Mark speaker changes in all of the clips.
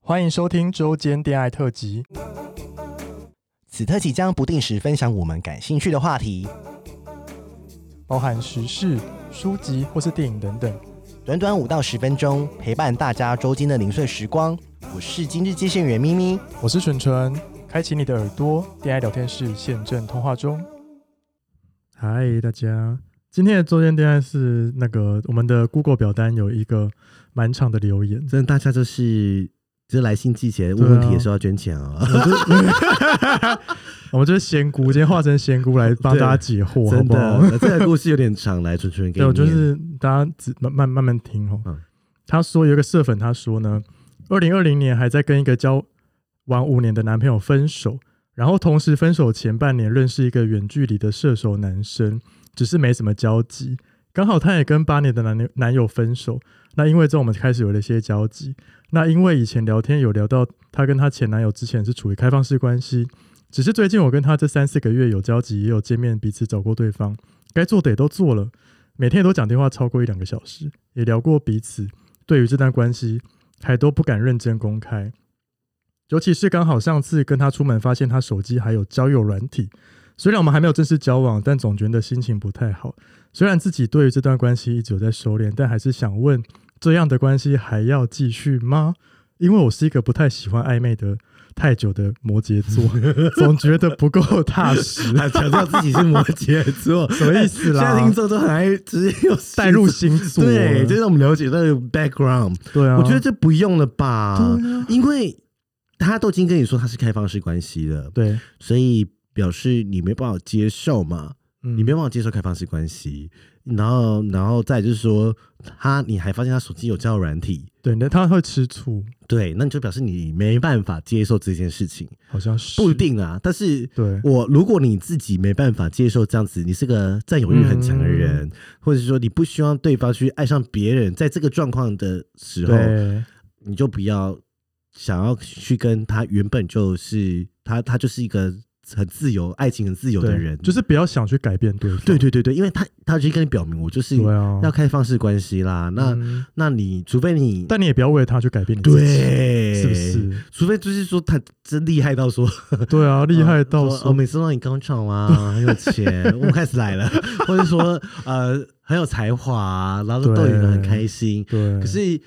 Speaker 1: 欢迎收听周间恋爱特辑。
Speaker 2: 此特辑将不定时分享我们感兴趣的话题，
Speaker 1: 包含时事、书籍或是电影等等。
Speaker 2: 短短五到十分钟，陪伴大家周间的零碎时光。我是今日接线员咪咪，
Speaker 1: 我是纯纯，开启你的耳朵，恋爱聊天室现正通话中。嗨，大家，今天的周间恋爱是那个我们的 Google 表单有一个蛮长的留言，
Speaker 3: 真的，大家就是就是来信寄钱，
Speaker 1: 对啊
Speaker 3: 问问题的时候要捐钱哦。
Speaker 1: 我们就是仙姑，今天化身仙姑来 帮大家解惑，好
Speaker 3: 真
Speaker 1: 不好？
Speaker 3: 的，这个故事有点长，来纯纯给
Speaker 1: 对，
Speaker 3: 你
Speaker 1: 我
Speaker 3: 念。
Speaker 1: 就是大家只慢慢慢慢听哦。
Speaker 3: 嗯
Speaker 1: 他说有一个社粉，他说呢，二零二零年还在跟一个交往五年的男朋友分手，然后同时分手前半年认识一个远距离的射手男生，只是没什么交集。刚好他也跟八年的男男友分手，那因为这我们开始有了一些交集。那因为以前聊天有聊到，她跟她前男友之前是处于开放式关系，只是最近我跟她这三四个月有交集，也有见面，彼此找过对方，该做的也都做了，每天也都讲电话超过一两个小时，也聊过彼此，对于这段关系还都不敢认真公开。尤其是刚好上次跟她出门，发现她手机还有交友软体，虽然我们还没有正式交往，但总觉得心情不太好。虽然自己对于这段关系一直有在收敛，但还是想问：这样的关系还要继续吗？因为我是一个不太喜欢暧昧的太久的摩羯 座，总觉得不够踏实。
Speaker 3: 还强调自己是摩羯座，
Speaker 1: 什么意思啦
Speaker 3: 现在听众都很爱直接用
Speaker 1: 带入星座，啊
Speaker 3: 对，就是我们了解那个 background。
Speaker 1: 对啊，
Speaker 3: 我觉得这不用了吧
Speaker 1: 对啊，
Speaker 3: 因为他都已经跟你说他是开放式关系了，
Speaker 1: 对，
Speaker 3: 所以表示你没办法接受嘛，
Speaker 1: 嗯
Speaker 3: 你没办法接受开放式关系。然后，然后再就是说，他你还发现他手机有交友软体，
Speaker 1: 对，那他会吃醋，
Speaker 3: 对，那你就表示你没办法接受这件事情，
Speaker 1: 好像是
Speaker 3: 不一，定啊。但是
Speaker 1: 对
Speaker 3: 我如果你自己没办法接受这样子，你是个占有欲很强的人，
Speaker 1: 嗯
Speaker 3: 或者说你不希望对方去爱上别人，在这个状况的时候，
Speaker 1: 对，
Speaker 3: 你就不要想要去跟他原本就是他，他就是一个很自由、爱情很自由的
Speaker 1: 对
Speaker 3: 人，
Speaker 1: 就是不要想去改变对方，
Speaker 3: 对对对对，因为他他就跟你表明我就是
Speaker 1: 对啊，
Speaker 3: 要开放式关系啦，那、
Speaker 1: 嗯
Speaker 3: 那你除非你
Speaker 1: 但你也不要为了他去改变你自己，
Speaker 3: 对
Speaker 1: 是不？是？
Speaker 3: 除非就是说他真厉害到说
Speaker 1: 对啊， 厉害到
Speaker 3: 嗯说哦我
Speaker 1: 说，
Speaker 3: 每次让你高潮啊，很 有钱，我们开始来了，或者说呃很有才华、啊，然后
Speaker 1: 对
Speaker 3: 逗你们很开心。
Speaker 1: 对，
Speaker 3: 可是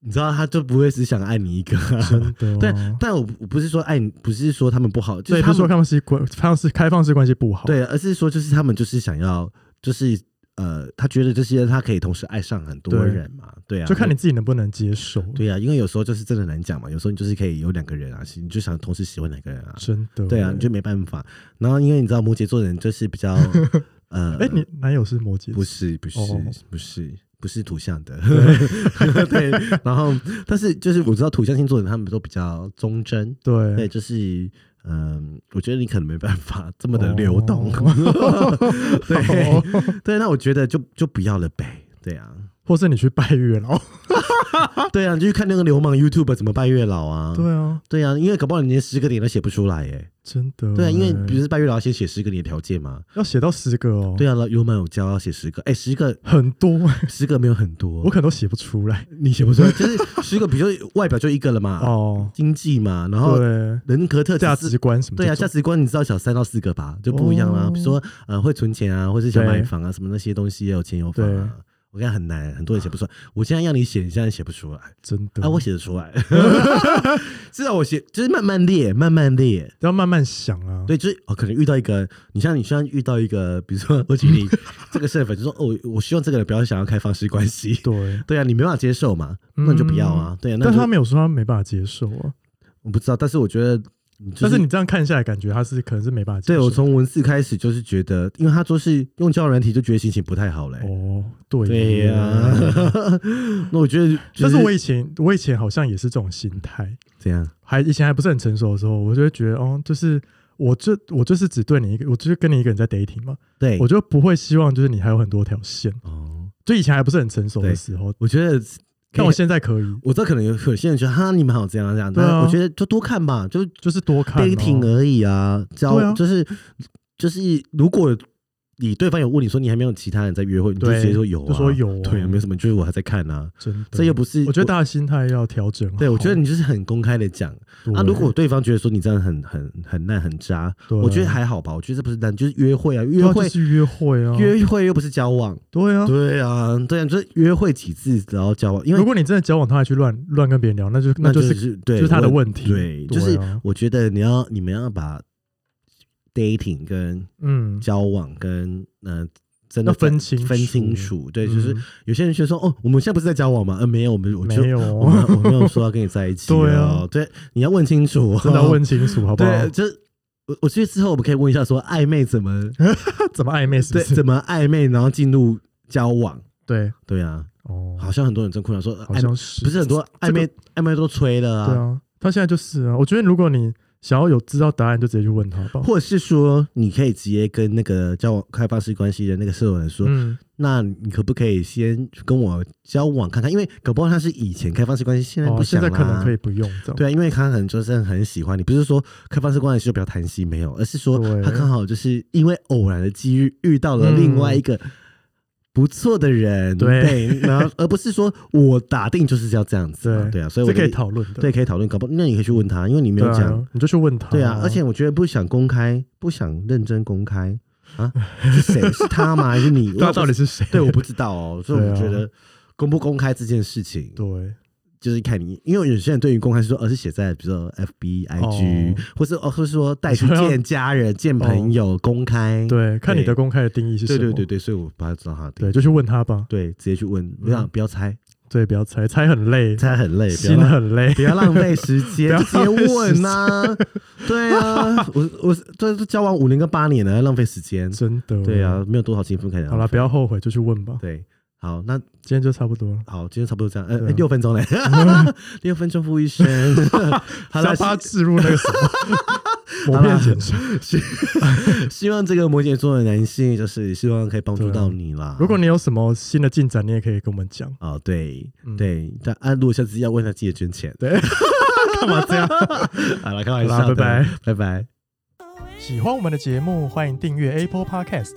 Speaker 3: 你知道，他就不会只想爱你一个、啊。
Speaker 1: 真的哦，
Speaker 3: 但但我我不是说爱你，不是说他们不好，就
Speaker 1: 对，
Speaker 3: 是
Speaker 1: 不
Speaker 3: 他
Speaker 1: 是说
Speaker 3: 们
Speaker 1: 开放式关，开放式开放式关系不好，
Speaker 3: 对，而是说就是他们就是想要，就是呃，他觉得这些他可以同时爱上很多
Speaker 1: 对
Speaker 3: 人嘛，对啊，
Speaker 1: 就看你自己能不能接受，
Speaker 3: 对啊，因为有时候就是真的难讲嘛，有时候你就是可以有两个人啊，你就想同时喜欢两个人啊，
Speaker 1: 真的，哦
Speaker 3: 对啊，你就没办法。然后因为你知道摩羯座的人就是 比较呃，
Speaker 1: 哎，你男友是摩羯，
Speaker 3: 不，是不是、
Speaker 1: 哦
Speaker 3: 不是不是土象的， 对。然后但是就是我知道土象星座的人他们都比较忠贞，对，
Speaker 1: 对，
Speaker 3: 就是。嗯，我觉得你可能没办法这么的流动，
Speaker 1: 哦
Speaker 3: 对对，那我觉得就就不要了呗，对啊，
Speaker 1: 或是你去拜月老，
Speaker 3: 对啊，你就去看那个流氓 YouTube 怎么拜月老啊，
Speaker 1: 对啊，
Speaker 3: 对啊，因为搞不好你连十个点都写不出来耶。
Speaker 1: 真的，欸
Speaker 3: 对啊，因为比如是拜月老要先写十个点的条件嘛。
Speaker 1: 要写到十个哦，
Speaker 3: 对啊，有满有交要写十个，哎，十个
Speaker 1: 很多，
Speaker 3: 十个没有很多，
Speaker 1: 我可能都写不出来
Speaker 3: 你写不出来，就是十个，比如说外表就一个了嘛，
Speaker 1: 哦。
Speaker 3: 经济嘛，啊然后
Speaker 1: 对，
Speaker 3: 人格特质
Speaker 1: 价
Speaker 3: 是
Speaker 1: 值。观什么这种？
Speaker 3: 对啊，价值观你至少小三到四个吧，就不一样啦。
Speaker 1: 哦
Speaker 3: 比如说，呃，会存钱啊，或是想
Speaker 1: 对
Speaker 3: 买房啊，什么那些东西，有钱有房啊。我看很难，很多人写不出来。我现在要你写，你现在写不出来。
Speaker 1: 真的
Speaker 3: 啊，我写得 出来， 至少我写就是慢慢列，慢慢列。
Speaker 1: 要慢慢想啊。
Speaker 3: 对，就是哦，可能遇到一个，你像你像遇到一个，比 如说我举例，这个社粉就说哦，我希望这个人不要想要开放式关系，
Speaker 1: 对，
Speaker 3: 对啊，你没办法接受嘛，那你就不要啊，对啊，
Speaker 1: 嗯
Speaker 3: 那
Speaker 1: 但
Speaker 3: 就
Speaker 1: 他没有说他没办法接受啊。
Speaker 3: 我不知道，但是我觉得，就
Speaker 1: 但是你这样看下来，感觉他是可能是没办法接受。
Speaker 3: 对我从文字开始就是觉得，因为他都是用交友软体就觉得心情不太好嘞、
Speaker 1: 哦，对
Speaker 3: 对
Speaker 1: 耶
Speaker 3: 呀、那我觉得、就
Speaker 1: 但
Speaker 3: 是
Speaker 1: 是我以前我以前好像也是这种心态，
Speaker 3: 怎样？
Speaker 1: 还以前还不是很成熟的时候，我就会觉得哦，就是我就我就是只对你一个，我就是跟你一个人在 dating 嘛，
Speaker 3: 对，
Speaker 1: 我就不会希望就是你还有很多条线。
Speaker 3: 哦，
Speaker 1: 就以前还不是很成熟的
Speaker 3: 对
Speaker 1: 时候，
Speaker 3: 我觉得，
Speaker 1: 但我现在可以，
Speaker 3: 我知道可能有有些人觉得哈，你们好这样这样，
Speaker 1: 对啊
Speaker 3: 但我觉得就多看吧，就
Speaker 1: 就是多看哦啊
Speaker 3: dating 而已啊，交、
Speaker 1: 对啊
Speaker 3: 就是就是如果你对方有问你说你还没有其他人在约会，你就
Speaker 1: 对
Speaker 3: 直接说有啊，
Speaker 1: 就说有啊
Speaker 3: 对啊，没有什么，就是我还在看啊，
Speaker 1: 真的，
Speaker 3: 这又不是
Speaker 1: 我觉得大家心态要调整好。
Speaker 3: 对，我觉得你就是很公开的讲
Speaker 1: 对
Speaker 3: 啊。如果对方觉得说你这样很很很烂很渣，
Speaker 1: 对
Speaker 3: 我觉得还好吧。我觉得这不是烂，就是约会啊，约
Speaker 1: 对啊
Speaker 3: 会、
Speaker 1: 就是约会啊，
Speaker 3: 约会又不是交往。
Speaker 1: 对啊。
Speaker 3: 对啊，对啊，就是约会几次然后交往，因为
Speaker 1: 如果你真的交往，他还去乱乱跟别人聊，那就
Speaker 3: 那
Speaker 1: 就
Speaker 3: 就是是对，
Speaker 1: 就是他的
Speaker 3: 我
Speaker 1: 问题
Speaker 3: 对，
Speaker 1: 对
Speaker 3: 就是
Speaker 1: 啊
Speaker 3: 我觉得你要你们要把 dating 跟
Speaker 1: 嗯，
Speaker 3: 交往跟嗯、呃真的
Speaker 1: 要分清
Speaker 3: 分清
Speaker 1: 楚
Speaker 3: 楚，对，就是
Speaker 1: 嗯
Speaker 3: 有些人就说哦，我们现在不是在交往吗？呃，没有，我们我就
Speaker 1: 没有
Speaker 3: 我
Speaker 1: 哦，
Speaker 3: 们我没有说要跟你在一 起
Speaker 1: 对
Speaker 3: 哦，
Speaker 1: 啊
Speaker 3: 对，你要问清楚哦，
Speaker 1: 真 的要问清楚好不好？
Speaker 3: 对，就是我我觉得之后我们可以问一下，说暧昧怎么
Speaker 1: 怎么暧昧是不
Speaker 3: 对
Speaker 1: 是？
Speaker 3: 怎么暧昧，然后进入交往？
Speaker 1: 对
Speaker 3: 对啊，
Speaker 1: 哦，
Speaker 3: 好像很多人真困扰说
Speaker 1: 好
Speaker 3: 暧昧
Speaker 1: 像是
Speaker 3: 不是很多暧昧暧昧都吹了
Speaker 1: 对
Speaker 3: 啊，
Speaker 1: 啊，他现在就是啊。我觉得如果你想要有知道答案，就直接去问他吧。
Speaker 3: 或者是说你可以直接跟那个交往开放式关系的那个社友人说，
Speaker 1: 嗯，
Speaker 3: 那你可不可以先跟我交往看看？因为搞不好他是以前开放式关系，现在不
Speaker 1: 哦，现
Speaker 3: 想
Speaker 1: 在
Speaker 3: 啦。
Speaker 1: 可能可以不用这样。
Speaker 3: 对啊，因为他可能就是很喜欢你，不是说开放式关系就比较贪心没有，而是说
Speaker 1: 对嗯
Speaker 3: 他刚好就是因为偶然的机遇遇到了另外一个不错的人，
Speaker 1: 对
Speaker 3: 对，然后而不是说我打定就是要这样子嘛，
Speaker 1: 对
Speaker 3: 对啊，所以我
Speaker 1: 这可以
Speaker 3: 觉得
Speaker 1: 讨论的。
Speaker 3: 对可以讨论，搞不好那你可以去问他，因为你没有
Speaker 1: 对啊
Speaker 3: 讲，
Speaker 1: 你就去问他。
Speaker 3: 对啊，而且我觉得不想公开，不想认真公开啊，是谁？是他吗？还 是你？
Speaker 1: 他
Speaker 3: 我
Speaker 1: 啊到底是谁？
Speaker 3: 对，我不知道哦，所以
Speaker 1: 对
Speaker 3: 我
Speaker 1: 啊
Speaker 3: 觉得公不公开这件事情，
Speaker 1: 对
Speaker 3: 就是看你，因为有些人对于公开是说，而、是写在比如说 FB、IG，、或是哦，或是说带去 见家人、见朋友，公开。
Speaker 1: 啊哦对，看你的公开的定义是什
Speaker 3: 嗯对
Speaker 1: 么。
Speaker 3: 对对
Speaker 1: 对，
Speaker 3: 对，所以我把它找他
Speaker 1: 就去问他吧。
Speaker 3: 对，直接去问，不要不要猜，
Speaker 1: 对，不要猜，猜很累，
Speaker 3: 猜很
Speaker 1: 嗯
Speaker 3: 累，不要嗯
Speaker 1: 心
Speaker 3: 浪
Speaker 1: 很累。
Speaker 3: 不要浪费 时间，就直
Speaker 1: 不要
Speaker 3: 接
Speaker 1: 浪费时间
Speaker 3: 问呐、对啊，我我这这交往五年跟八年了，还浪费时间。
Speaker 1: 真的。
Speaker 3: 对啊，，没有多少幸福可以拿。
Speaker 1: 嗯好了，不要后悔，就去问吧。
Speaker 3: 对，好，那
Speaker 1: 今天就差不多了。
Speaker 3: 好，今天差不多这样，呃，
Speaker 1: 对啊
Speaker 3: 哎六分 钟嘞，六分钟付一生。 好
Speaker 1: 想
Speaker 3: 了，
Speaker 1: 把它置入那个 什么
Speaker 3: 好
Speaker 1: 磨
Speaker 3: 啦
Speaker 1: 片检查。
Speaker 3: 希望这个摩羯座的男性，就是希望可以帮助到你啦。
Speaker 1: 啊如果你有什么新的进展，你也可以跟我们讲。
Speaker 3: 哦，对、
Speaker 1: 嗯
Speaker 3: 对，但啊，如果下次要问他记得捐 钱。
Speaker 1: 对，干嘛这样？
Speaker 3: 好了，开玩
Speaker 1: 好啦
Speaker 3: 笑的，
Speaker 1: 拜拜，
Speaker 3: 拜拜。
Speaker 1: 喜欢我们的节目，欢迎订阅 Apple Podcast，